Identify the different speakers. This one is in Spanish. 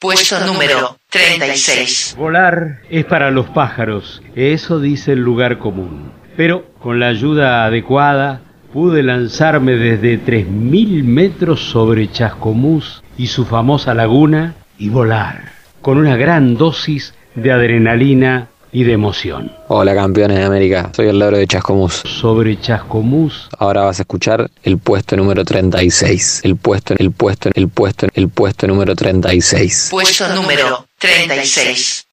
Speaker 1: puesto número 36.
Speaker 2: Volar es para los pájaros, eso dice el lugar común. Pero con la ayuda adecuada pude lanzarme desde 3.000 metros sobre Chascomús y su famosa laguna y volar, con una gran dosis de adrenalina y de emoción.
Speaker 3: Hola campeones de América, soy el loro de Chascomús.
Speaker 2: Sobre Chascomús
Speaker 3: Ahora vas a escuchar el puesto número 36. El puesto, el puesto, el puesto, el puesto número 36.
Speaker 1: Puesto número 36.